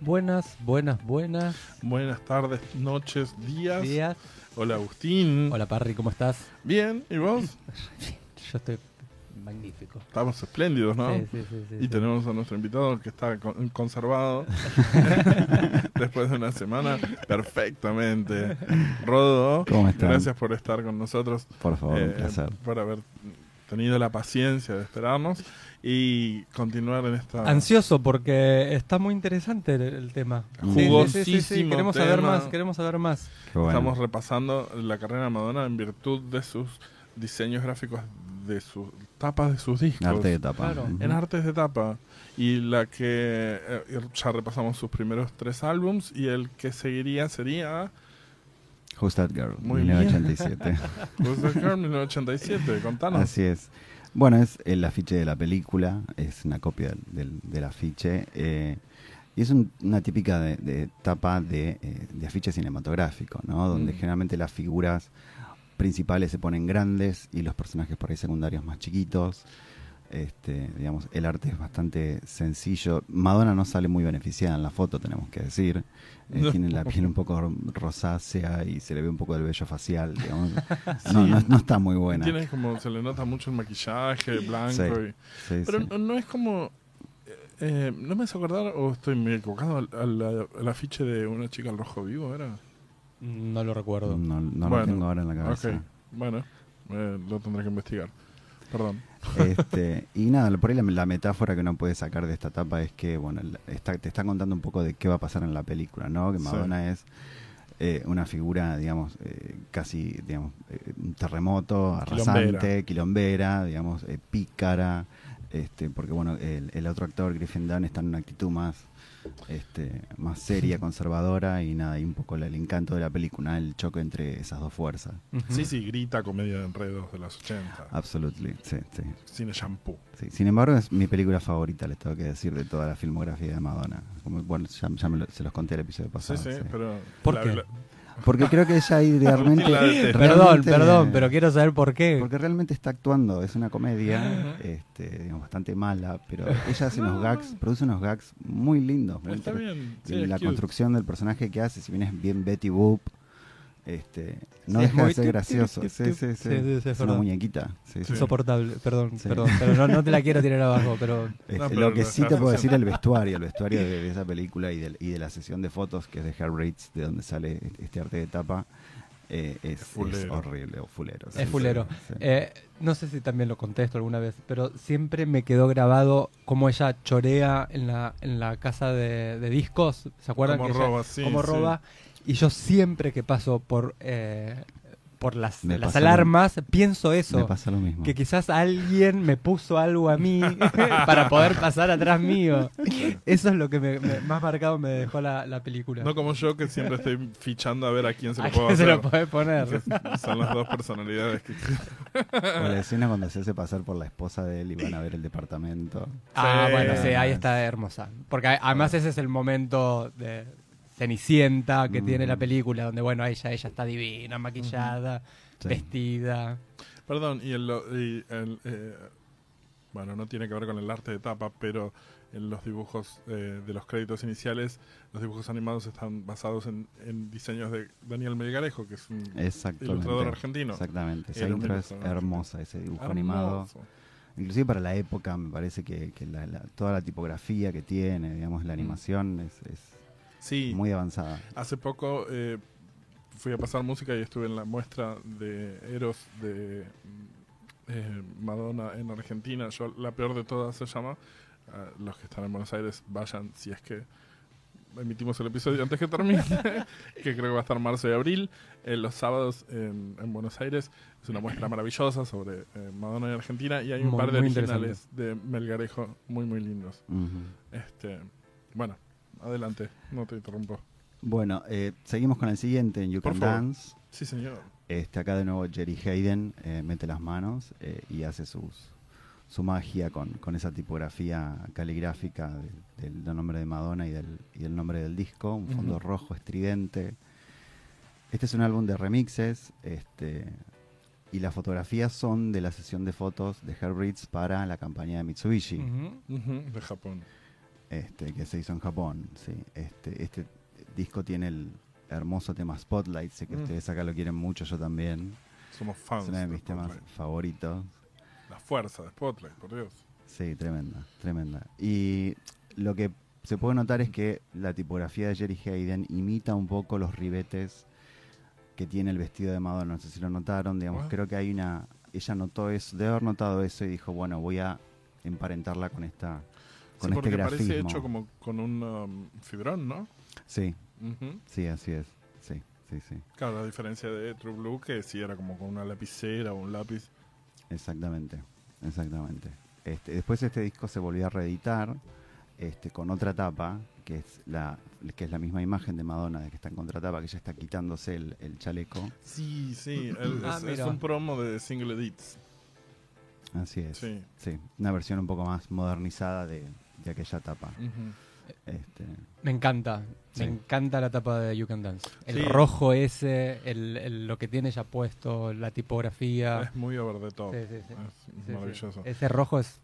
Buenas, buenas, buenas. Buenas tardes, noches, días. Días. Hola Agustín. Hola Parry, ¿cómo estás? Bien, ¿y vos? Yo estoy magnífico. Estamos espléndidos, ¿no? Sí, sí, sí, sí, y sí. tenemos a nuestro invitado que está con- conservado después de una semana perfectamente. Rodo, ¿Cómo están? gracias por estar con nosotros. Por favor, un eh, placer. Por haber tenido la paciencia de esperarnos y continuar en esta... Ansioso porque está muy interesante el, el tema. Jugosísimo Sí, sí, sí, sí, Queremos saber tema. más, queremos saber más. Qué bueno. Estamos repasando la carrera de Madonna en virtud de sus diseños gráficos, de sus tapas de sus discos. Arte de tapa. Claro. Ujú. En artes de tapa. Y la que eh, y ya repasamos sus primeros tres álbums y el que seguiría sería Who's That Girl, Muy bien. 1987. Who's That Girl 1987. Contanos. Así es. Bueno, es el afiche de la película, es una copia del, del- del afiche. eh, y es un- una típica de, de tapa de, eh, de afiche cinematográfico, ¿no? Donde Mm. generalmente las figuras principales se ponen grandes y los personajes por ahí secundarios más chiquitos. Este, digamos, el arte es bastante sencillo. Madonna no sale muy beneficiada en la foto, tenemos que decir. Eh, No. Tiene la piel un poco rosácea y se le ve un poco del vello facial. digamos. No, no, no está muy buena. Tiene como, se le nota mucho el maquillaje blanco. Sí, y- Sí, pero sí. no, no es como... eh, eh, no me hace acordar, o estoy muy equivocado, al, al- al afiche de una chica al rojo vivo, ¿era? Mm, No lo recuerdo. No, no Bueno, lo tengo ahora en la cabeza. Ok, bueno, eh, lo tendré que investigar. Perdón. Este, y nada, por ahí la, la metáfora que uno puede sacar de esta etapa es que, bueno, la- está- te están contando un poco de qué va a pasar en la película, ¿no? Que Sí. Madonna es eh, una figura, digamos, eh, casi, digamos, eh, un terremoto, arrasante, quilombera, digamos, eh, pícara, este, porque, bueno, el, el otro actor, Griffin Dunn, está en una actitud más, este, más seria, conservadora, y nada, y un poco el, el encanto de la película, el choque entre esas dos fuerzas. Ujú. Sí, sí, grita comedia de enredos de los 80. Ah. Absolutely, sí, sí. Cine shampoo. Sí, sin embargo, es mi película favorita, les tengo que decir, de toda la filmografía de Madonna. Como- bueno, ya, ya me lo- se los conté el episodio Sí, pasado. sí, sí. pero... ¿Por la- qué? la- Porque creo que ella ahí realmente... La detesta. Perdón, realmente- perdón, pero quiero saber por qué. Porque realmente está actuando, es una comedia este, digamos, bastante mala, pero ella hace unos gags, produce unos gags muy lindos. Muy Está inter- bien. Este, y Sí, la es cute. construcción del personaje que hace, si bien es bien Betty Boop, este, no Sí, es deja muy de ser tu- gracioso. tu- Sí, tu- sí, sí. sí, sí, sí, es es una verdad. muñequita. sí, sí. Insoportable, perdón, Sí. perdón. Pero no, no te la quiero tirar abajo, pero. Este, No, pero lo que lo sí te estás puedo decir haciendo. el vestuario, el vestuario de, de esa película y de, y de la sesión de fotos que es de Hair Rates, de donde sale este arte de tapa, eh, es, Es fulero. es horrible o fulero. sí, Es sí, fulero. sí. Eh, no sé si también lo contesto alguna vez, pero siempre me quedó grabado cómo ella chorea en la, en la casa de, de discos. ¿Se acuerdan? Como que ella- roba, sí, Como sí. roba. Y yo siempre que paso por, eh, por las, Me las pasa lo- alarmas, pienso Me eso. pasa lo mismo. Que quizás alguien me puso algo a mí para poder pasar atrás mío. Eso es lo que me- me- más marcado me dejó la, la película. No como yo, que siempre estoy fichando a ver a quién se ¿A lo quién puedo hacer. se lo puede poner? Son las dos personalidades que... O la escena cuando se hace pasar por la esposa de él y van a ver el departamento. Ah, Sí. bueno, sí, ahí está hermosa. Porque a- además ese es el momento de Cenicienta que tiene la película, donde bueno, ella, ella está divina, maquillada, Sí. vestida. Perdón, y, el, lo- y el, eh, bueno, no tiene que ver con el arte de tapa, pero en los dibujos eh, de los créditos iniciales, los dibujos animados están basados en, en diseños de Daniel Melgarejo, que es un Exactamente. ilustrador argentino. Exactamente. Esa Era un intro es ilustrador hermosa, ese dibujo Hermoso. animado. Inclusive para la época me parece que, que la- la- toda la tipografía que tiene, digamos, Mm. la animación es, es Sí, muy avanzada. hace poco eh, fui a pasar música y estuve en la muestra de Eros de mm, eh, Madonna en Argentina. Yo, la peor de todas se llama. Ah, los que están en Buenos Aires, vayan si es que emitimos el episodio antes que termine, que creo que va a estar marzo y abril, eh, los sábados en, en Buenos Aires. Es una muestra maravillosa sobre eh, Madonna en Argentina y hay un Muy- par de muy originales de Melgarejo muy, muy lindos. Ujú. Este, bueno, adelante, no te interrumpo. Bueno, eh, seguimos con el siguiente en You Por Can favor. Dance. Sí, señor. Este, acá de nuevo Jerry Hayden eh, mete las manos eh, y hace sus, su magia con, con esa tipografía caligráfica de- del, del nombre de Madonna y del, y del nombre del disco, un fondo Ujú. rojo estridente. Este es un álbum de remixes este, y las fotografías son de la sesión de fotos de Herbreeds para la campaña de Mitsubishi Ujú. Ujú, De Japón. este, que se hizo en Japón. ¿sí? Este, este disco tiene el hermoso tema Spotlight, sé que Mm. ustedes acá lo quieren mucho, yo también. Somos fans. Es uno de de mis temas Spotlight. favoritos. La fuerza de Spotlight, por Dios. Sí, tremenda, tremenda. Y lo que se puede notar es que la tipografía de Jerry Hayden imita un poco los ribetes que tiene el vestido de Madonna. No sé si lo notaron, digamos, Ah. creo que hay una... Ella notó eso, debe haber notado eso y dijo, bueno, voy a emparentarla con esta... Con sí, este porque grafismo. parece hecho como con un um, fibrón, ¿no? Sí, Ujú. sí, así es. Sí, sí, sí. Claro, a diferencia de True Blue, que sí era como con una lapicera o un lápiz. Exactamente, exactamente. Este, después este disco se volvió a reeditar este, con otra tapa, que es la que es la misma imagen de Madonna, de que está en contratapa, que ella está quitándose el, el chaleco. Sí, sí. el- Ah, es, es mira. un promo de single edits. Así es. Sí. Sí, una versión un poco más modernizada de, de aquella tapa. Ujú. Este, Me encanta. Sí. Me encanta la tapa de You Can Dance. El Sí. rojo ese, el, el- lo que tiene ya puesto, la tipografía. Es muy over the top. Ah. Sí, sí, sí. Es Sí, maravilloso. sí. Ese rojo es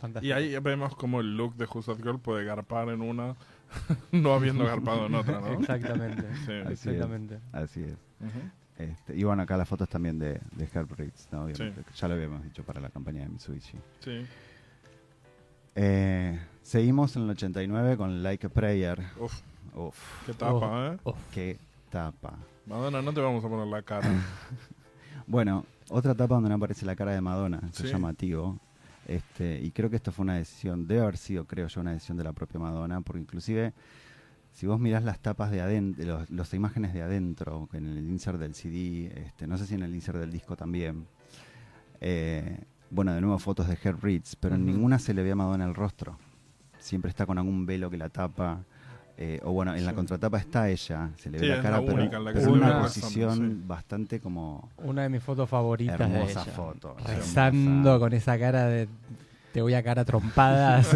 fantástico. Y ahí vemos como el look de Who's That Girl puede garpar en una, no habiendo garpado en otra, ¿no? Exactamente. Sí. Así es. Exactamente. así es. Ujú. Este, y bueno, acá las fotos también de, de Herb Reeds, ¿no? Obviamente, Sí. que Ya lo habíamos dicho para la campaña de Mitsubishi. Sí. Eh, seguimos en el 89 con Like a Prayer. Uf, Uf, qué tapa, ¿eh? qué tapa. Madonna, no te vamos a poner la cara. Bueno, otra etapa donde no aparece la cara de Madonna, eso Sí. es llamativo. Este, y creo que esto fue una decisión, debe haber sido, creo yo, una decisión de la propia Madonna, porque inclusive, si vos mirás las tapas de adentro, los, las imágenes de adentro, que en el insert del CD, este, no sé si en el insert del disco también, eh, bueno, de nuevo fotos de Herb Reeds, pero en Ujú. ninguna se le ve a Madonna el rostro. Siempre está con algún velo que la tapa. eh, o bueno, en la Sí. contratapa está ella, se le ve Sí, la es cara, la única en la que pero se le ve una la posición sombra, sí. bastante como Una de mis fotos favoritas de Hermosa ella. foto, Rezando hermosa. con esa cara de te voy a cara trompadas.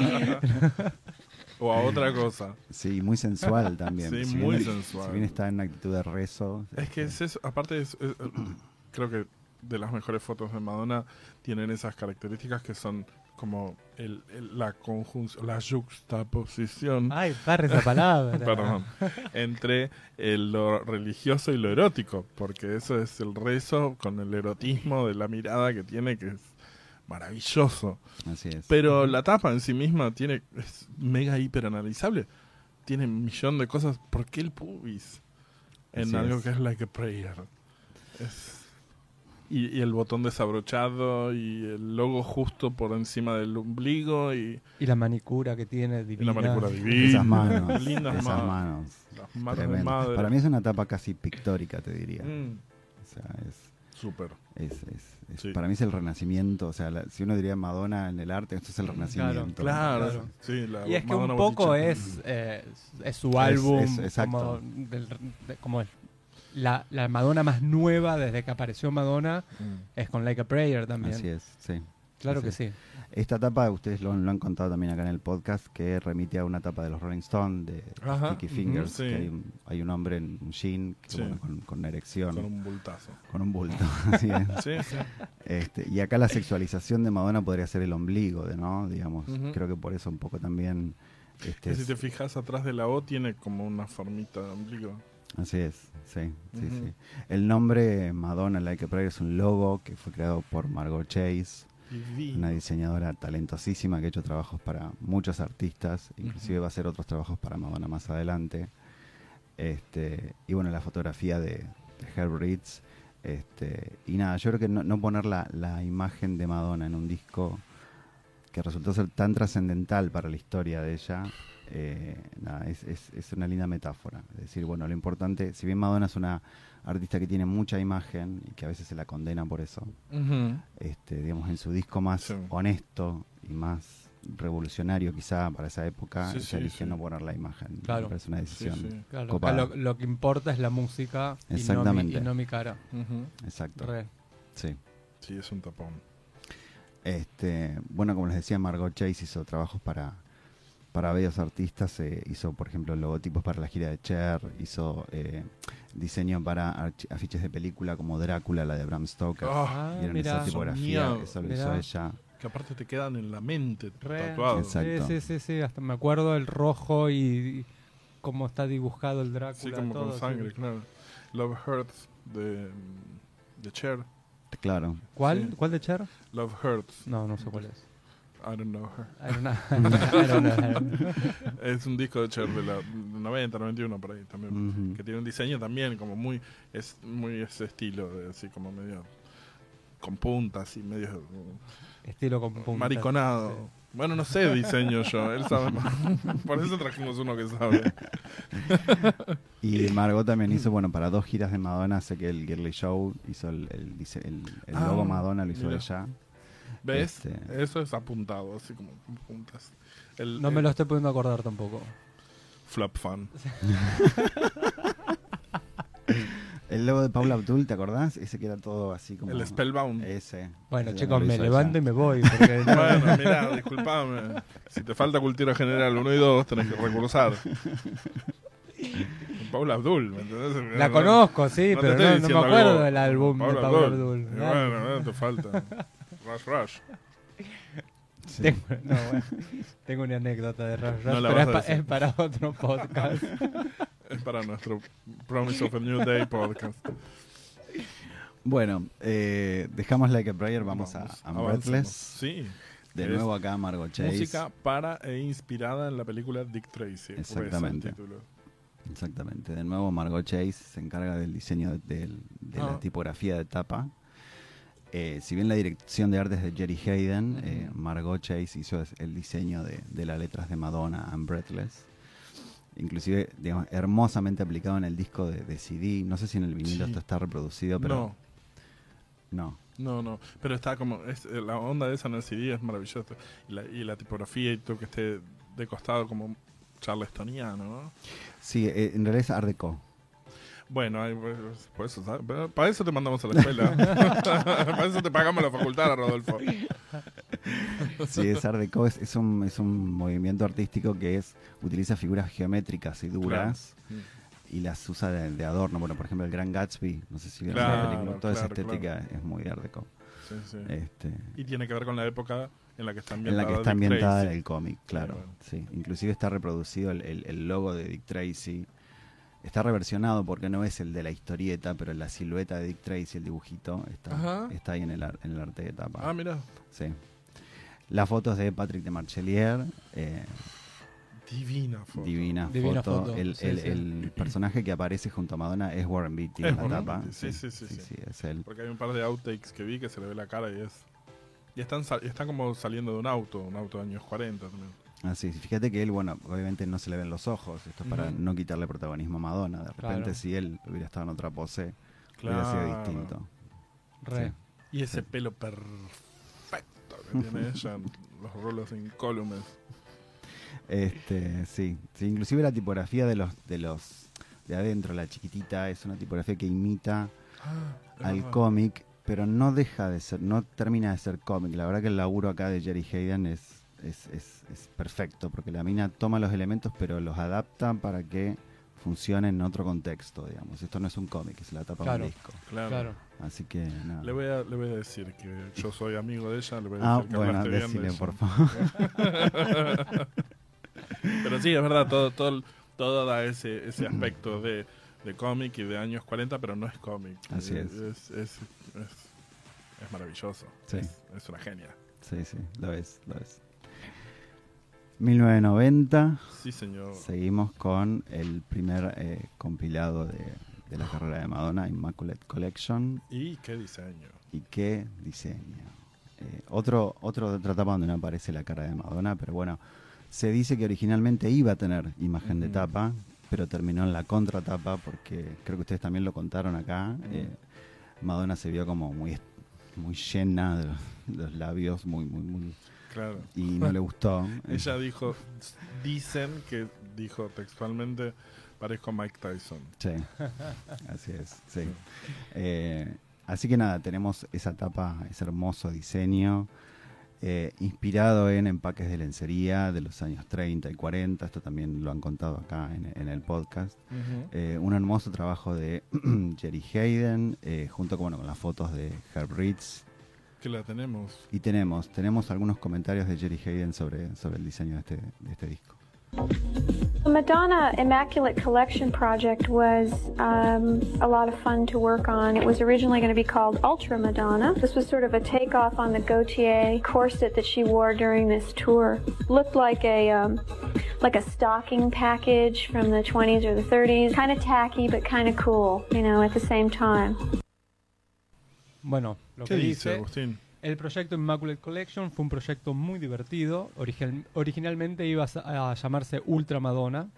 o a otra cosa. Sí, muy sensual también. Sí, muy bien- sensual. Si bien está en actitud de rezo. Es que es eso, aparte es- es- eh, creo que de las mejores fotos de Madonna tienen esas características que son como el- el- la conjunción, la juxtaposición. Ay, parre esa palabra. Perdón. Entre eh, lo religioso y lo erótico, porque eso es el rezo con el erotismo de la mirada que tiene, que es maravilloso. Así es. Pero la tapa en sí misma tiene es mega hiperanalizable. Tiene un millón de cosas. ¿Por qué el pubis? En Así algo es. que es like a prayer. Es- Y, y el botón desabrochado y el logo justo por encima del ombligo y Y la manicura que tiene y la divina. manicura divina. Esas manos. Lindas esas manos. manos. Las manos de Tremendo. madre. Para mí es una etapa casi pictórica, te diría. Mm, O sea, es, súper. es- es- es- Sí. Para mí es el renacimiento. O sea, la- si uno diría Madonna en el arte, esto es el renacimiento. Claro. Claro. Sí, la Y es que Madonna un mm. poco Botticelli. es, eh, es su álbum, es- exacto. como, del- de- como el- la, la Madonna más nueva desde que apareció Madonna, Mm. es con Like a Prayer también. Así es, sí. Claro así que es. sí. Esta etapa, ustedes lo, han- lo han contado también acá en el podcast, que remite a una etapa de los Rolling Stones, de Ajá, Sticky ujú, Fingers. sí. que hay, un, hay un hombre en un jean que, Sí. bueno, con, con una erección, Con un bultazo. con un bulto. Así es. Sí, sí. Este, y acá la sexualización de Madonna podría ser el ombligo, de, ¿no? Digamos, Ujú. creo que por eso un poco también... Este, Que si es- te fijas atrás de la O tiene como una formita de ombligo. Así es, sí, sí, Ujú. sí. El nombre Madonna Like a Prayer es un logo que fue creado por Margot Chase, Divino. una diseñadora talentosísima que ha hecho trabajos para muchos artistas, inclusive va a hacer otros trabajos para Madonna más adelante. Este, y bueno, la fotografía de, de Herb Reeds. Este, y nada, yo creo que no, no poner la, la imagen de Madonna en un disco que resultó ser tan trascendental para la historia de ella, eh, nada, es, es- es una linda metáfora. Es decir, bueno, lo importante, si bien Madonna es una artista que tiene mucha imagen y que a veces se la condena por eso, Ujú. este, digamos, en su disco más Sí. honesto y más revolucionario quizá para esa época, Sí, se sí, eligió sí. no poner la imagen. Me Claro. parece una decisión Sí, sí. Claro, acá copada. lo, lo que importa es la música y no, mi, Exactamente. y no mi cara. Ujú. Exacto. Re. Sí. Sí, es un tapón. Este, bueno, como les decía, Margot Chase hizo trabajos para, para bellos artistas, eh, hizo, por ejemplo, logotipos para la gira de Cher, hizo eh, diseño para arch- afiches de película como Drácula, la de Bram Stoker. Ah, Ah, Vieron mira. esa tipografía, Soñado. eso lo Mirá. hizo ella. que aparte te quedan en la mente Re. tatuados. Exacto. Sí, sí, sí, sí, hasta me acuerdo el rojo y, y cómo está dibujado el Drácula. Sí, como todo, con sí. sangre, claro. Love Hurts de, de Cher. Claro. ¿Cuál? Sí. ¿Cuál de Cher? Love Hurts. No, no sé cuál es. I don't know her. I don't know. I don't know, I don't know. Es un disco de Cher de la 90, 91 por ahí también. Ujú. Que tiene un diseño también como muy es muy ese estilo de así como medio con puntas y medio eh, Estilo con punta. mariconado. Sí. Bueno, no sé diseño yo, él sabe más. Por eso trajimos uno que sabe. Y Eh, Margot también mm. hizo, bueno, para dos giras de Madonna, sé que el Girly Show hizo el, el dise- el- el Ah, logo Madonna, lo hizo mira. ella. ¿Ves? Este. Eso es apuntado, así como con puntas. El, No me el lo estoy pudiendo acordar tampoco. Flop Fan. El logo de Paula Abdul, ¿te acordás? Ese que era todo así como... El Spellbound. este. Ese. Bueno, Ese chicos, lo me hizo levanto ella. y me voy. Porque no- Bueno, mirá, disculpame. Si te falta cultura general 1 y 2, tenés que recursar. Con Paula Abdul, ¿me entendés? la No, conozco, sí, no te pero estoy no- no, diciendo me acuerdo algo. del álbum de Pablo Abdul. Y Bueno, no te falta. Rush Rush. Sí. Tengo, no, bueno, tengo una anécdota de Rush No Rush, la pero es, vas a pa- decir. es para otro podcast. Es para nuestro Promise of a New Day podcast. Bueno, eh, dejamos Like a Prayer, vamos, a, a avancemos. Breathless. Sí. De Es nuevo acá Margot Chase. Música para e inspirada en la película Dick Tracy. Ese es el Exactamente. título. Exactamente, de nuevo Margot Chase se encarga del diseño de, del- de Ah. la tipografía de tapa. Eh, si bien la dirección de arte es de Jerry Hayden, Ujú. eh, Margot Chase hizo es- el diseño de, de las letras de Madonna, and Breathless. Inclusive, digamos, hermosamente aplicado en el disco de, de CD. No sé si en el vinilo Sí. esto está reproducido, pero... No, No. no, no. Pero está como. es- eh, la onda de esa en el CD es maravillosa. Y la, y la tipografía y todo que esté de costado como charlestoniano, ¿no? Sí, eh, en realidad es Art Deco. Bueno, ahí, pues, por eso, ¿sabes? Pero para eso te mandamos a la escuela. para eso te pagamos la facultad, Rodolfo. Sí, es Art Deco, es, es un, es un movimiento artístico que es utiliza figuras geométricas y duras Claro. y las usa de, de adorno. Bueno, por ejemplo, el Gran Gatsby, no sé si vieron Claro, la película, toda esa claro, estética es muy Art Deco. Sí, sí. Este, Y tiene que ver con la época en la que está en ambientada. la que está Dick ambientada Tracy. el cómic, claro. Bueno. Sí. Inclusive está reproducido el, el- el logo de Dick Tracy. Está reversionado porque no es el de la historieta, pero la silueta de Dick Tracy, el dibujito, Ajá. está, está ahí en el, ar- en el arte de tapa. Ah, mira. Sí. Las fotos de Patrick de Marchelier, eh, Divina foto. divina, Divina foto. foto, El, sí, el- sí. el personaje que aparece junto a Madonna es Warren Beatty Es en la Warren tapa. Beatty, sí, sí, sí, sí. es él. Porque hay un par de outtakes que vi que se le ve la cara y es. Y están, sal- están como saliendo de un auto, un auto de años 40 también. Así, es. Ah, fíjate que él, bueno, obviamente no se le ven los ojos, esto es para Ujú. no quitarle protagonismo a Madonna. De repente, Claro. si él hubiera estado en otra pose, hubiera sido distinto. Re. Sí. Y ese pelo perfecto que tiene ella, los rolos incólumes. Este, sí, sí, inclusive la tipografía de los, de los de adentro, la chiquitita, es una tipografía que imita al cómic, pero no deja de ser, no termina de ser cómic. La verdad que el laburo acá de Jerry Hayden es, es, es- es perfecto, porque la mina toma los elementos, pero los adapta para que funcione en otro contexto, digamos. Esto no es un cómic, es la tapa Claro. de un disco. Claro. Claro. Así que nada. Le voy, a, le voy a decir que yo soy amigo de ella, le voy a Ah, decir que bueno, hablaste bien de decile ella. por favor. Pero sí, es verdad, todo, todo, el- todo da ese, ese aspecto de, de cómic y de años 40, pero no es cómic. Así es. Es, es- es- es maravilloso. Sí. Es, es una genia. Sí, sí, lo es, lo es. 1990, Sí, señor. seguimos con el primer eh, compilado de, de la carrera de Madonna, Immaculate Collection. Y qué diseño. y qué diseño. Eh, otro, otro de otra tapa donde no aparece la cara de Madonna, pero bueno, se dice que originalmente iba a tener imagen de Ujú. tapa, pero terminó en la contratapa porque creo que ustedes también lo contaron acá. eh, Madonna se vio como muy, est- muy llena de los, de los labios, muy, muy, muy Claro. y no le gustó. Ella dijo, dicen que dijo textualmente, parezco Mike Tyson. Sí, así es, sí. Eh, así que nada, tenemos esa tapa, ese hermoso diseño, eh, inspirado en empaques de lencería de los años 30 y 40, esto también lo han contado acá en, en el podcast. Eh, un hermoso trabajo de Jerry Hayden, eh, junto con, bueno, con las fotos de Herb Ritz. Que la tenemos. Y tenemos, tenemos algunos comentarios de Jerry Hayden sobre, sobre el diseño de este, de este disco. The Madonna Immaculate Collection project was um, a lot of fun to work on. It was originally going to be called Ultra Madonna. This was sort of a takeoff on the Gautier corset that she wore during this tour. Looked like a um, like a stocking package from the 20s or the 30s. Kind of tacky, but kind of cool, you know, at the same time. Bueno, lo ¿Qué que dice dice Agustín? El proyecto Immaculate Collection fue un proyecto muy divertido. Origin- originalmente iba a sa- a llamarse Ultra Madonna.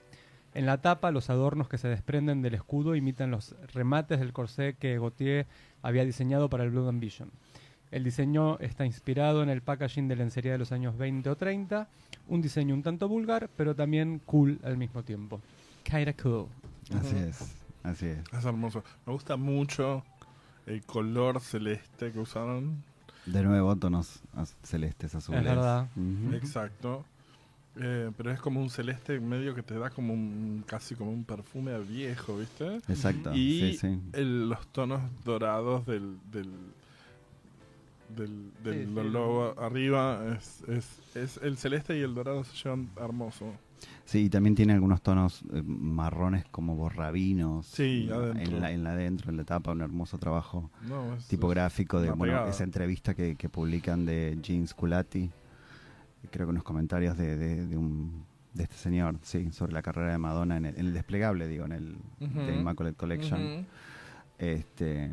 En la tapa, los adornos que se desprenden del escudo imitan los remates del corsé que Gautier había diseñado para el Blood Ambition. El diseño está inspirado en el packaging de lencería de los años 20 o 30, un diseño un tanto vulgar, pero también cool al mismo tiempo. Kinda cool. Así es, así es. Es hermoso. Me gusta mucho el color celeste que usaron. De nuevo, tonos az- celestes, azules. Es verdad. Ujú. Exacto. Eh, pero es como un celeste medio que te da como un, casi como un perfume a viejo, ¿viste? Exacto, Y sí, sí. el- los tonos dorados del del, del, del Sí, sí. logo arriba es, es, es el celeste y el dorado se llevan hermoso. Sí, y también tiene algunos tonos eh, marrones como borrabinos. Sí, en, adentro. la, en la adentro, en la tapa, un hermoso trabajo No, es- tipográfico de una bueno, pegada. esa entrevista que, que publican de Jeans Culati. Creo que unos comentarios de, de- de un, de este señor, sí, sobre la carrera de Madonna en el, en el desplegable, digo, en el de Ujú. Immaculate Collection. Ujú. Este,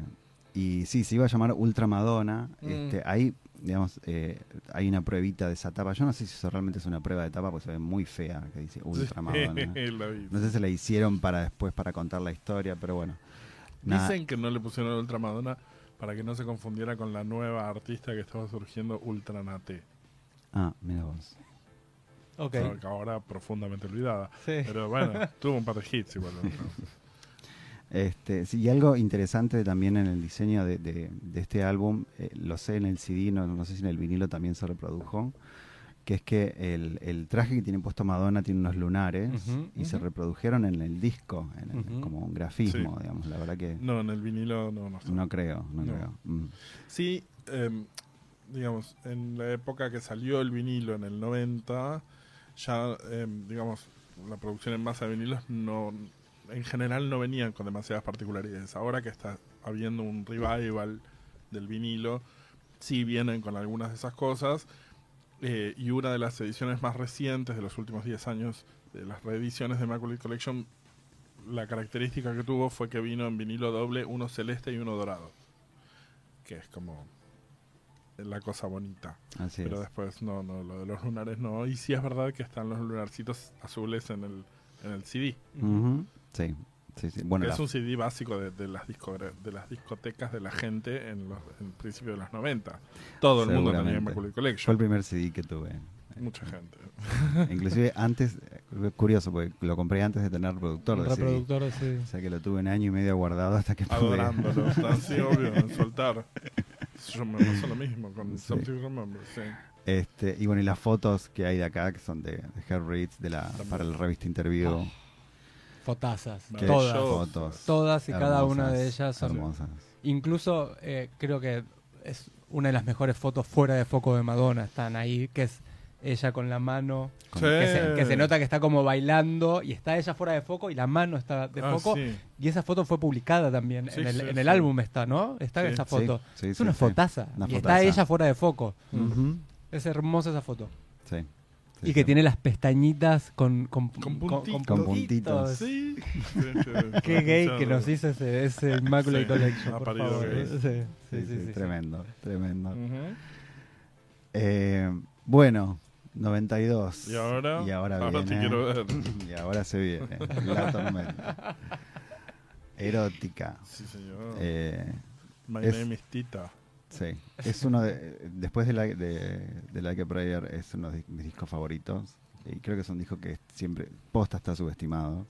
y sí, se iba a llamar Ultra Madonna. Mm. Este, ahí, digamos, eh, hay una pruebita de esa tapa. Yo no sé si eso realmente es una prueba de tapa, porque se ve muy fea, que dice Ultra Madonna. La vi. No sé si la hicieron para después, para contar la historia, pero bueno. Nada. Dicen que no le pusieron Ultra Madonna para que no se confundiera con la nueva artista que estaba surgiendo, Ultranate. Ah, mira vos. Ok. Claro, que Ahora profundamente olvidada. Sí. Pero bueno, tuvo un par de hits igual. ¿no? Este, sí, y algo interesante también en el diseño de, de- de este álbum, eh, lo sé en el CD, no, no sé si en el vinilo también se reprodujo, que es que el, el traje que tiene puesto Madonna tiene unos lunares Ujú, y se ujú. reprodujeron en el disco, en el- Ujú. como un grafismo, Sí. digamos, la verdad que No, en el vinilo no, no está. no creo, no, No. creo. Mm. Sí, em, digamos, en la época que salió el vinilo, en el 90, ya, em, digamos, la producción en masa de vinilos no, en general no venían con demasiadas particularidades. Ahora que está habiendo un revival del vinilo, sí vienen con algunas de esas cosas. eh, y una de las ediciones más recientes de los últimos 10 años, de las reediciones de Immaculate Collection, la característica que tuvo fue que vino en vinilo doble, uno celeste y uno dorado que es como la cosa bonita. Así Pero es. después no, no, lo de los lunares no. Y sí es verdad que están los lunarcitos azules en el, en el CD. Ujú. Sí, sí, sí. Bueno, que la- es un CD básico de, de las discogra- de las discotecas de la gente en los en el principio de los 90. Todo el mundo tenía Seguramente. Immaculate fue el Collection. primer CD que tuve. Mucha gente. Inclusive antes, eh, curioso, porque lo compré antes de tener reproductor Un de CD. reproductor de CD. O sea que lo tuve un año y medio guardado hasta que pude- Adorándolo. Así, obvio, en soltar. Yo me pasó lo mismo con Sí. Something Remember. Sí. Este, y bueno, y las fotos que hay de acá, que son de, de Herb Reeds, de la, para la revista Interview. Ah, Fotazas. que- Todas. Fotos. Todas y cada hermosas, una de ellas son Hermosas. Incluso eh, creo que es una de las mejores fotos fuera de foco de Madonna. Están ahí, que es ella con la mano. Sí. Que se, que se nota que está como bailando y está ella fuera de foco y la mano está de Ah, foco. sí. Y esa foto fue publicada también. Sí, en el, sí, en el sí. álbum está, ¿no? Está Sí. esa Sí, foto. sí, es sí, una sí. fotaza. Una y fotaza. está ella fuera de foco. Ujú. Es hermosa esa foto. Sí. y Sí, que sí. tiene las pestañitas con, con, Con puntitos. Con puntitos. Sí. Qué gay que nos hizo ese, ese Immaculate Sí, Collection. ha por parido favor. gay. Sí, sí, Sí, sí, sí, sí. Tremendo, tremendo. Ujú. Eh, bueno, 92. Y ahora, Y ahora, te viene- quiero ver. Y ahora se viene. La tormenta. Erótica. Sí, señor. Eh, My es- name is Tita. Sí, es uno de, después de, la, de, de Like a Prayer es uno de mis discos favoritos y creo que es un disco que siempre posta está subestimado.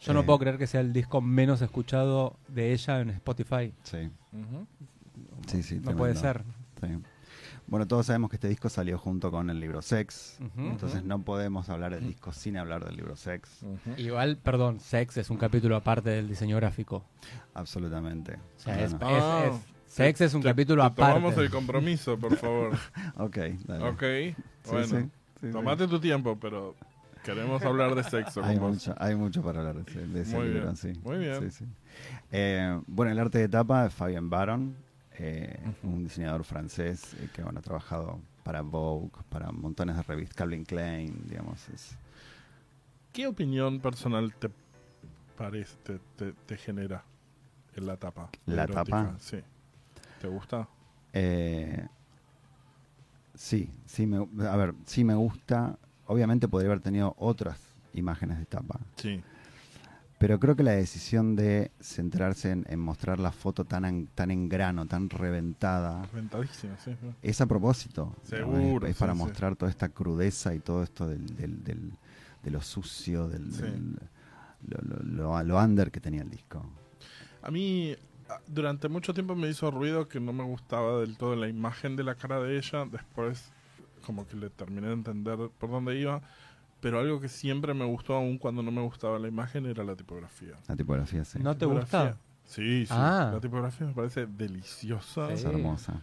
Yo no Eh. puedo creer que sea el disco menos escuchado de ella en Spotify. Sí, Ujú. sí, sí. No puede tremendo. ser. Sí. Bueno, todos sabemos que este disco salió junto con el libro Sex, Ujú. entonces no podemos hablar del disco sin hablar del libro Sex, Igual, perdón, Sex es un capítulo aparte del diseño gráfico. absolutamente. O sea, No, es, no. Ah. es- es- Sex es un Te- capítulo te Tomamos aparte. el compromiso, por favor. Ok, dale. ok. Sí, bueno, sí, sí, sí. tomate tu tiempo, pero queremos hablar de sexo. Hay con vos. mucho, hay mucho para hablar de ese, de ese Muy libro, bien, sí. muy bien. Sí, sí. Eh, bueno, el arte de tapa de Fabian Baron, eh, un diseñador francés eh, que bueno, ha trabajado para Vogue, para montones de revistas, Calvin Klein, digamos. es- ¿Qué opinión personal te parece, te, te- te genera en la tapa? ¿La erótica? tapa? Sí. ¿Te gusta? eh, sí, sí me, a ver, sí me gusta. Obviamente podría haber tenido otras imágenes de tapa, Sí. Pero creo que la decisión de centrarse en, en mostrar la foto tan, en- tan en grano, tan reventada, Rentadísima, sí. ¿no? es a propósito. digamos, es- Seguro, Es, para sí, sí. mostrar toda esta crudeza y todo esto del, del- del- de lo sucio, del, Sí. del- lo, lo- lo- lo under que tenía el disco. A mí a- durante mucho tiempo me hizo ruido que no me gustaba del todo la imagen de la cara de ella. Después como que le terminé de entender por dónde iba. Pero algo que siempre me gustó, aun cuando no me gustaba la imagen, era la tipografía. La tipografía sí, ¿No te Tipografía. gusta? Sí, sí. Ah. La tipografía me parece deliciosa, es Sí. hermosa.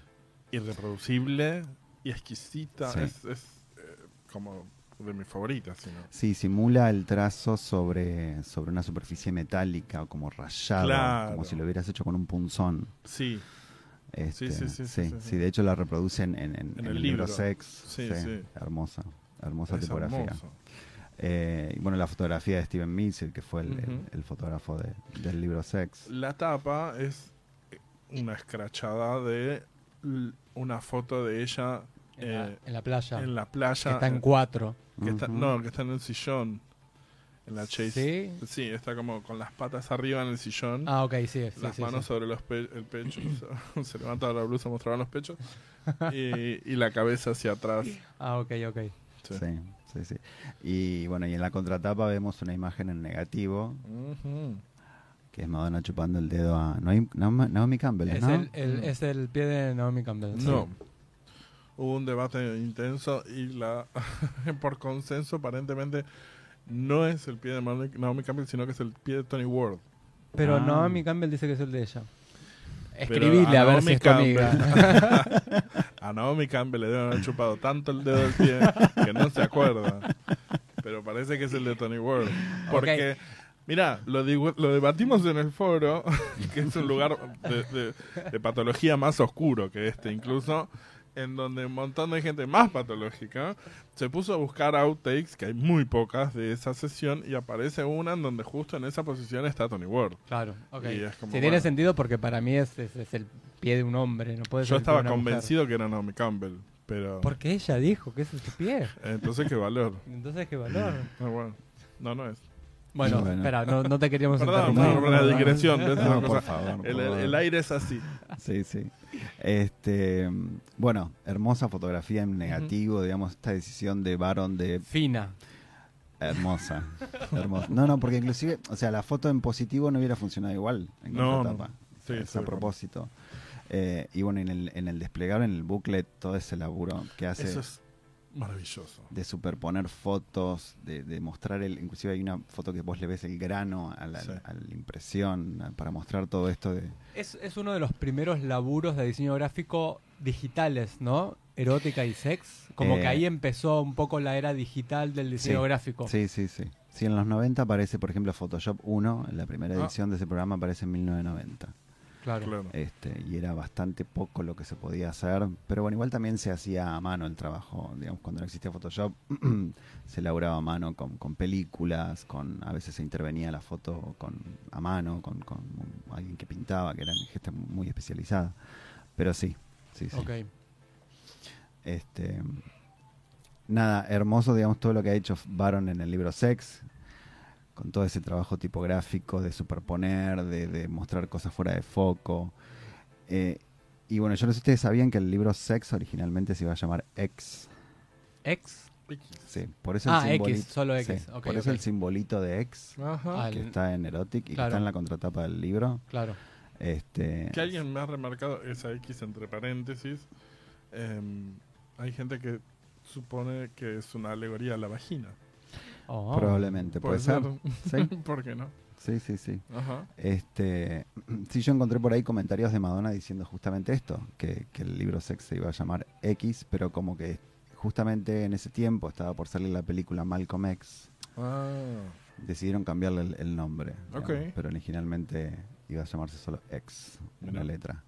irreproducible y exquisita. Sí. Es, es, eh, como de mis favoritas. si no. Sí, simula el trazo sobre, sobre una superficie metálica o como rayada, Claro. como si lo hubieras hecho con un punzón. Sí, Este, sí, sí, sí, sí, sí. de hecho la reproducen en, en- en el libro Sex. Sí, sí. Hermosa, hermosa es tipografía. hermoso. Eh, y bueno, la fotografía de Steven Mitchell, que fue el, el- Ujú. el fotógrafo de- del libro Sex. La tapa es una escrachada de l- una foto de ella En, la, eh, en la playa. en la que playa. eh, está en cuatro. que está- Ujú. No, que está en el sillón. En la chase. ¿Sí? Sí, está como con las patas arriba en el sillón. Ah, ok, sí. sí, las sí, manos sí. sobre los pe- el pecho. se- se levanta la blusa, mostraba los pechos. y, y la cabeza hacia atrás. Ah, ok, ok. Sí. Sí, sí, sí. Y bueno, y en la contratapa vemos una imagen en negativo, Ujú. que es Madonna chupando el dedo a Naomi, Naomi- Naomi Campbell, Es, ¿no? el, el- es el pie de Naomi Campbell. Mm. No. Hubo un debate intenso y la por consenso aparentemente no es el pie de Naomi Naomi Campbell, sino que es el pie de Tony Ward. Pero Ah. Naomi Campbell dice que es el de ella. Pero Escribile a, ver si Naomi es tu amiga. Campbell- a Naomi Campbell le deben haber chupado tanto el dedo del pie que no se acuerda. Pero parece que es el de Tony Ward. Porque, mira, lo, digo- lo debatimos en el foro, que es un lugar de, de- de patología más oscuro que este incluso, en donde un montón de gente más patológica se puso a buscar outtakes, que hay muy pocas de esa sesión, y aparece una en donde justo en esa posición está Tony Ward. Claro, ok. Y es como, Sí, tiene bueno. sentido porque para mí es, es- es el pie de un hombre. No puede ser el pie de Yo estaba una mujer. convencido que era Naomi Campbell, pero... Porque ella dijo que ese es su pie. Entonces, qué valor. Entonces, qué valor. Ah, bueno. No, no es. Bueno, Bueno. espera, no, no te queríamos Perdón, interrumpir. por la digresión. es una No, por cosa- favor, por el, el- favor. el aire es así. Sí, sí. Este, bueno, hermosa fotografía en negativo, digamos, esta decisión de Baron de Fina. Hermosa, hermosa. No, no, porque inclusive, o sea, la foto en positivo no hubiera funcionado igual en No, contratapa. no. O Sí, sea, es estoy a de acuerdo. propósito. Eh, y bueno, en el, en el desplegable, en el booklet, todo ese laburo que hace Eso es maravilloso. de superponer fotos, de, de mostrar el, inclusive hay una foto que vos le ves el grano a la, Sí. a la impresión, a- para mostrar todo esto de... Es, es uno de los primeros laburos de diseño gráfico digitales, ¿no? Erótica y sex. Como Eh. que ahí empezó un poco la era digital del diseño Sí, Oh. gráfico. Sí, sí, sí. Sí, en los 90 aparece, por ejemplo, Photoshop 1, en la primera Ah. edición de ese programa aparece en 1990. Claro. Claro. este, y era bastante poco lo que se podía hacer, pero bueno, igual también se hacía a mano el trabajo, digamos, cuando no existía Photoshop, se elaboraba a mano con, con películas, con a veces se intervenía la foto con a mano, con, con alguien que pintaba, que era gente muy especializada, pero sí, sí, sí. Ok. Este, nada, hermoso, digamos, todo lo que ha hecho Baron en el libro Sex, con todo ese trabajo tipográfico de superponer, de, de mostrar cosas fuera de foco. Eh, Y bueno, yo no sé si ustedes sabían que el libro Sex originalmente se iba a llamar X. ¿Ex? Sí, por eso el Ah, X, simbolito- solo X, sí, ok, por eso ok. el simbolito de X Ajá. Ah, que el- está en Erotic y que claro. está en la contratapa del libro. Claro. Este, Que alguien me ha remarcado esa X entre paréntesis. em, hay gente que supone que es una alegoría a la vagina. Oh. probablemente, puede ser. Sí, ¿Por qué no? sí, sí, sí. Ajá. Este, sí, yo encontré por ahí comentarios de Madonna diciendo justamente esto, que, que el libro Sex se iba a llamar X, pero como que justamente en ese tiempo estaba por salir la película Malcolm X, Ah, decidieron cambiarle el, el nombre, Ok. pero originalmente iba a llamarse solo X, una Mirá. letra.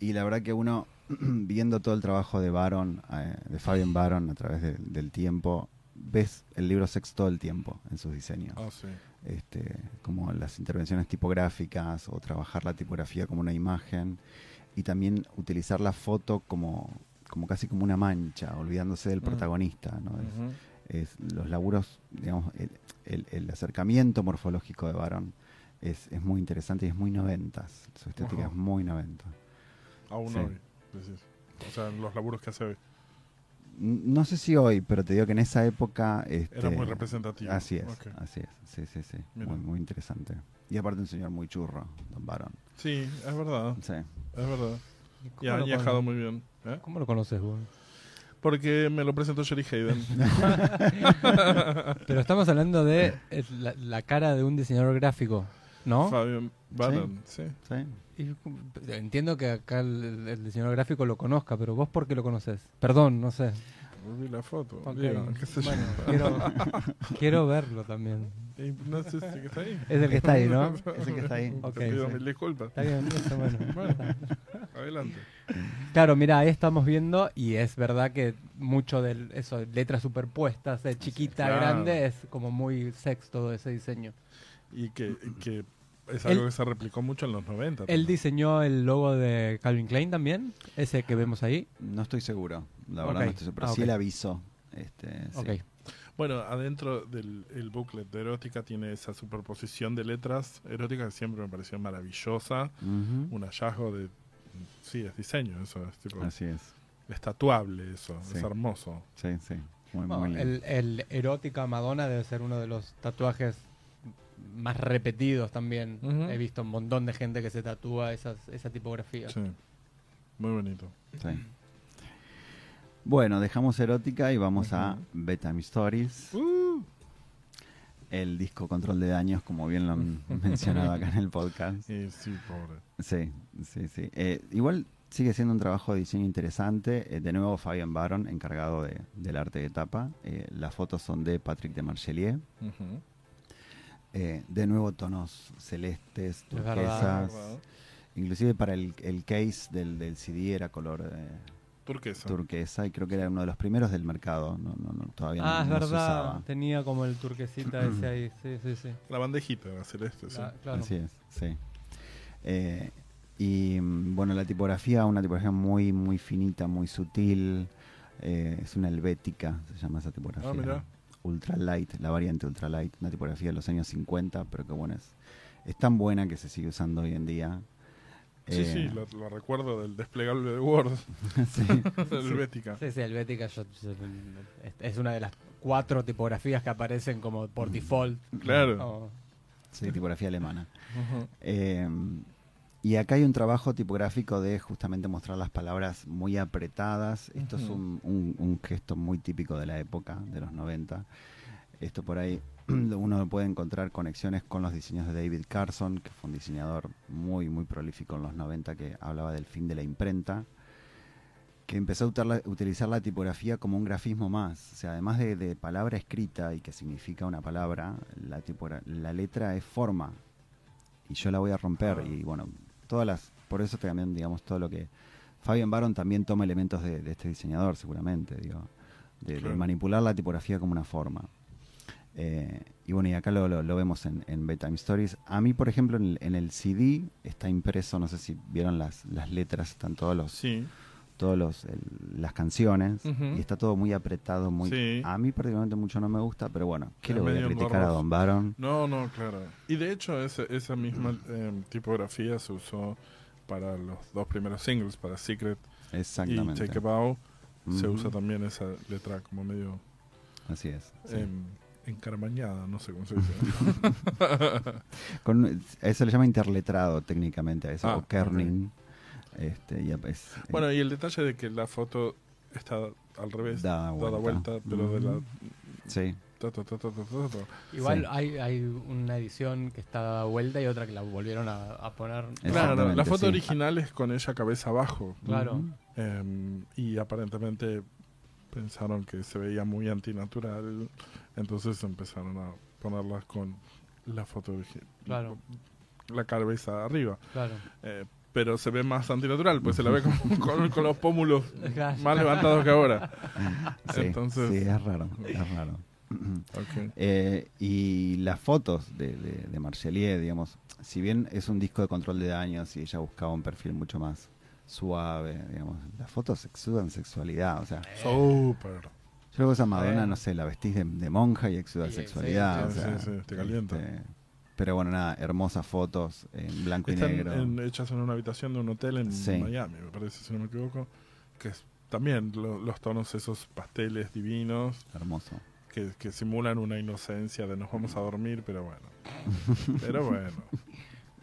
Y la verdad que uno, viendo todo el trabajo de Baron, eh, de Fabian Baron a través de- del tiempo, ves el libro Sex todo el tiempo en sus diseños ah, sí. este, como las intervenciones tipográficas o trabajar la tipografía como una imagen y también utilizar la foto como, como casi como una mancha, olvidándose del Mm. protagonista. ¿no? Es- Ujú. es los laburos, digamos, el, el- el acercamiento morfológico de Barón es, es muy interesante y es muy noventas. Su estética Ajá. es muy noventa. Aún Sí. hoy, decís. O sea, en los laburos que hace hoy. N- No sé si hoy, pero te digo que en esa época... Este, Era muy representativo. Así es, Ok. así es, sí, sí, sí. Mira. Muy, muy interesante. Y aparte un señor muy churro, Don Barón. Sí, es verdad, Sí. es verdad. Y ¿Cómo ha lo viajado cono- muy bien. ¿eh? ¿Cómo lo conoces vos? Porque me lo presentó Jerry Hayden. Pero estamos hablando de eh, la, la cara de un diseñador gráfico, ¿no? Fabian Bannon, sí. Sí. Y, Entiendo que acá el, el diseñador gráfico lo conozca, pero vos por qué lo conoces? Perdón, no sé. Vi la foto. Ok. digo, qué sé yo. Bueno, quiero, quiero verlo también. Y no sé si está ahí. Es el que está ahí, ¿no? Es el que está ahí. Ok, Te pido sí. mil disculpas. Está bien, está bueno. Bueno, adelante. Claro, mira, ahí estamos viendo y es verdad que mucho de eso, letras superpuestas, de chiquita, a Claro. grande, es como muy sex todo ese diseño. Y que, que es Él- algo que se replicó mucho en los 90. Él también. diseñó el logo de Calvin Klein también, ese que vemos ahí. No estoy seguro, la Ok. verdad no estoy seguro. Pero Ah, sí ok. el aviso. Este, sí. Ok. Bueno, adentro del el booklet de erótica tiene esa superposición de letras erótica que siempre me pareció maravillosa. Ujú. Un hallazgo de. Sí, es diseño, eso es tipo. Así es. Es tatuable eso, Sí. es hermoso. Sí, sí. Muy, Bueno, muy lindo. el, el erótica Madonna debe ser uno de los tatuajes más repetidos también. Ujú. He visto un montón de gente que se tatúa esas, esa tipografía. Sí. Muy bonito. Sí. Bueno, dejamos erótica y vamos a Ujú. Bedtime Stories. El disco Control de Daños, como bien lo han mencionado acá en el podcast. Y sí, pobre. Sí, sí, sí. Eh, igual sigue siendo un trabajo de diseño interesante. Eh, de nuevo, Fabian Baron, encargado de- del arte de tapa. Eh, las fotos son de Patrick de Marchelier. Ujú. Eh, de nuevo tonos celestes, Es verdad. turquesas. Verdad. Inclusive para el, el case del, del CD era color eh, Turquesa. turquesa y creo que era uno de los primeros del mercado. No, no, no, todavía Ah, es no, no se verdad. usaba. Tenía como el turquesita ese ahí. Sí, sí, sí. la bandejita era celeste, sí. La- claro. Así es, sí. Eh, y mm, bueno, la tipografía, una tipografía muy, muy finita, muy sutil. eh, es una helvética, se llama esa tipografía. Ah, mirá. Ultralight, la variante Ultralight, una tipografía de los años 50, pero que bueno, es, es tan buena que se sigue usando hoy en día. Sí, Eh, sí, lo, lo recuerdo del desplegable de Word, sí. de Helvética. Sí, sí, Helvética yo- yo- es- es una de las cuatro tipografías que aparecen como por default. Claro. Oh, Sí, tipografía alemana. Ujú. Eh, y acá hay un trabajo tipográfico de justamente mostrar las palabras muy apretadas. Esto es Ujú. un, un- un gesto muy típico de la época, de los 90. Esto por ahí uno puede encontrar conexiones con los diseños de David Carson, que fue un diseñador muy, muy prolífico en los 90 que hablaba del fin de la imprenta que empezó a utar la- utilizar la tipografía como un grafismo más. O sea, además de, de palabra escrita y que significa una palabra, la, tipogra- la letra es forma. Y yo la voy a romper. Ah. Y bueno, todas las. Por eso también, digamos, todo lo que. Fabian Baron también toma elementos de, de este diseñador, seguramente, digo. De, de Claro. manipular la tipografía como una forma. Eh, y bueno, y acá lo, lo- lo vemos en, en Bedtime Stories. A mí, por ejemplo, en el, en el CD está impreso, no sé si vieron las, las letras, están todos los, Sí. todas las canciones Ujú. y está todo muy apretado, muy Sí. a mí particularmente mucho no me gusta, pero bueno, ¿qué Es le voy a medio criticar a engorroso. Don Baron? Mm. No, no, claro. Y de hecho, ese- esa misma eh, tipografía se usó para los dos primeros singles, para Secret y Exactamente. Take a Bow. Se Ujú. usa también esa letra como medio Así es. sí. em, encaramañada, no sé cómo se dice. Con- a eso le llama interletrado técnicamente a eso, Ah, o kerning. Este, y es- bueno, y el detalle de que la foto está al revés, dada Dada vuelta, vuelta. Mm. pero de la... Ujú. sí. ta, ta, ta, ta, ta, ta, ta. Igual Sí. hay, hay una edición que está dada vuelta y otra que la volvieron a, a poner. Claro, la Exactamente, foto sí. original es con ella cabeza abajo. Claro. Ujú. Em, y aparentemente pensaron que se veía muy antinatural, entonces empezaron a ponerlas con la foto origi- Claro. la cabeza arriba. Claro. Eh, pero se ve más antinatural, pues se la ve como con, con los pómulos Claro. más levantados que ahora. Sí, Entonces- sí, es raro, es raro. Ok. Eh, y las fotos de, de, de Marchelier, digamos, si bien es un disco de control de daños y ella buscaba un perfil mucho más suave, digamos, las fotos exudan sexualidad, o sea, Súper. yo creo que esa Madonna, Eh. no sé, la vestís de, de monja y exuda Sí, sí, sexualidad. sí, o sea, sí, sí, te calienta. este, pero bueno, nada, hermosas fotos en blanco y Están negro. en- hechas en una habitación de un hotel en Sí. Miami, me parece, si no me equivoco. Que es, también lo- los tonos, esos pasteles divinos Hermoso. que, que simulan una inocencia de nos vamos a dormir, pero bueno. Pero bueno.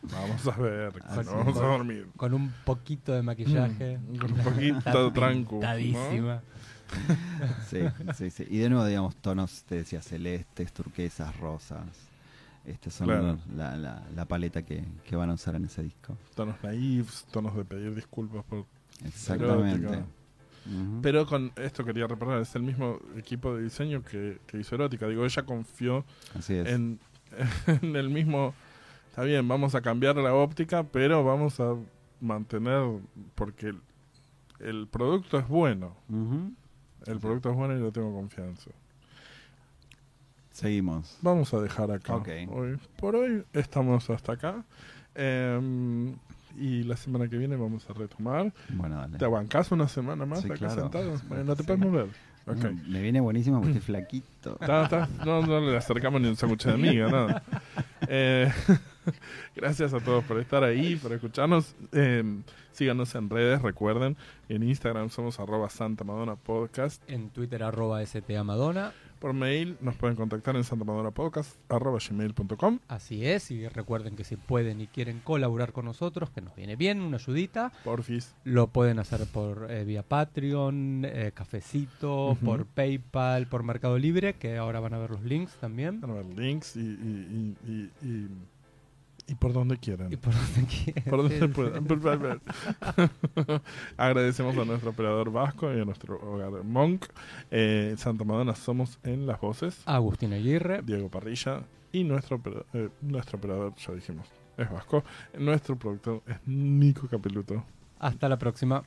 Vamos a ver, que Así nos vamos es. a dormir. Con un poquito de maquillaje. Con un poquito Está Mm. tranco. ¿no? pintadísima. Sí, sí, sí. Y de nuevo, digamos, tonos, te decía, celestes, turquesas, rosas. Este son Claro. los- la, la- la paleta que, que van a usar en ese disco. Tonos naives, tonos de pedir disculpas por Exactamente. Erótica. Ujú. Pero con esto quería reparar, es el mismo equipo de diseño que, que hizo Erótica. Digo, ella confió Así es. en, en el mismo... Está bien, vamos a cambiar la óptica, pero vamos a mantener... Porque el, el producto es bueno. Ujú. El producto es bueno y yo tengo confianza. Seguimos. Vamos a dejar acá. Ok. Hoy, por hoy estamos hasta acá. Em, y la semana que viene vamos a retomar. Bueno, dale. ¿Te bancás una semana más Sí, acá claro. sentado? Bueno, no te Sí. puedes mover. Ok. Mm, Me viene buenísimo porque estoy flaquito. Ta- ta- no, no le acercamos ni un sándwich de miga, nada. Eh, gracias a todos por estar ahí, por escucharnos. Eh, síganos en redes, recuerden. En Instagram somos arroba Santa Madonna Podcast. En Twitter, arroba STA Madonna. Por mail nos pueden contactar en santamadonapodcast arroba gmail.com. Así es. Y recuerden que si pueden y quieren colaborar con nosotros, que nos viene bien, una ayudita. Porfis. Lo pueden hacer por eh, vía Patreon, eh, Cafecito, por PayPal, por Mercado Libre, que ahora van a ver los links también. Van a ver links y, y, y, y, y- y por donde quieran. Y por donde quieran. Por donde Sí, sí. puedan. Por favor. Agradecemos a nuestro operador vasco y a nuestro hogar Monk. Eh, Santa Madonna somos en las voces. Agustín Aguirre. Diego Parrilla y nuestro, opera- eh, nuestro operador, ya dijimos, es vasco. Nuestro productor es Nico Capeluto. Hasta la próxima.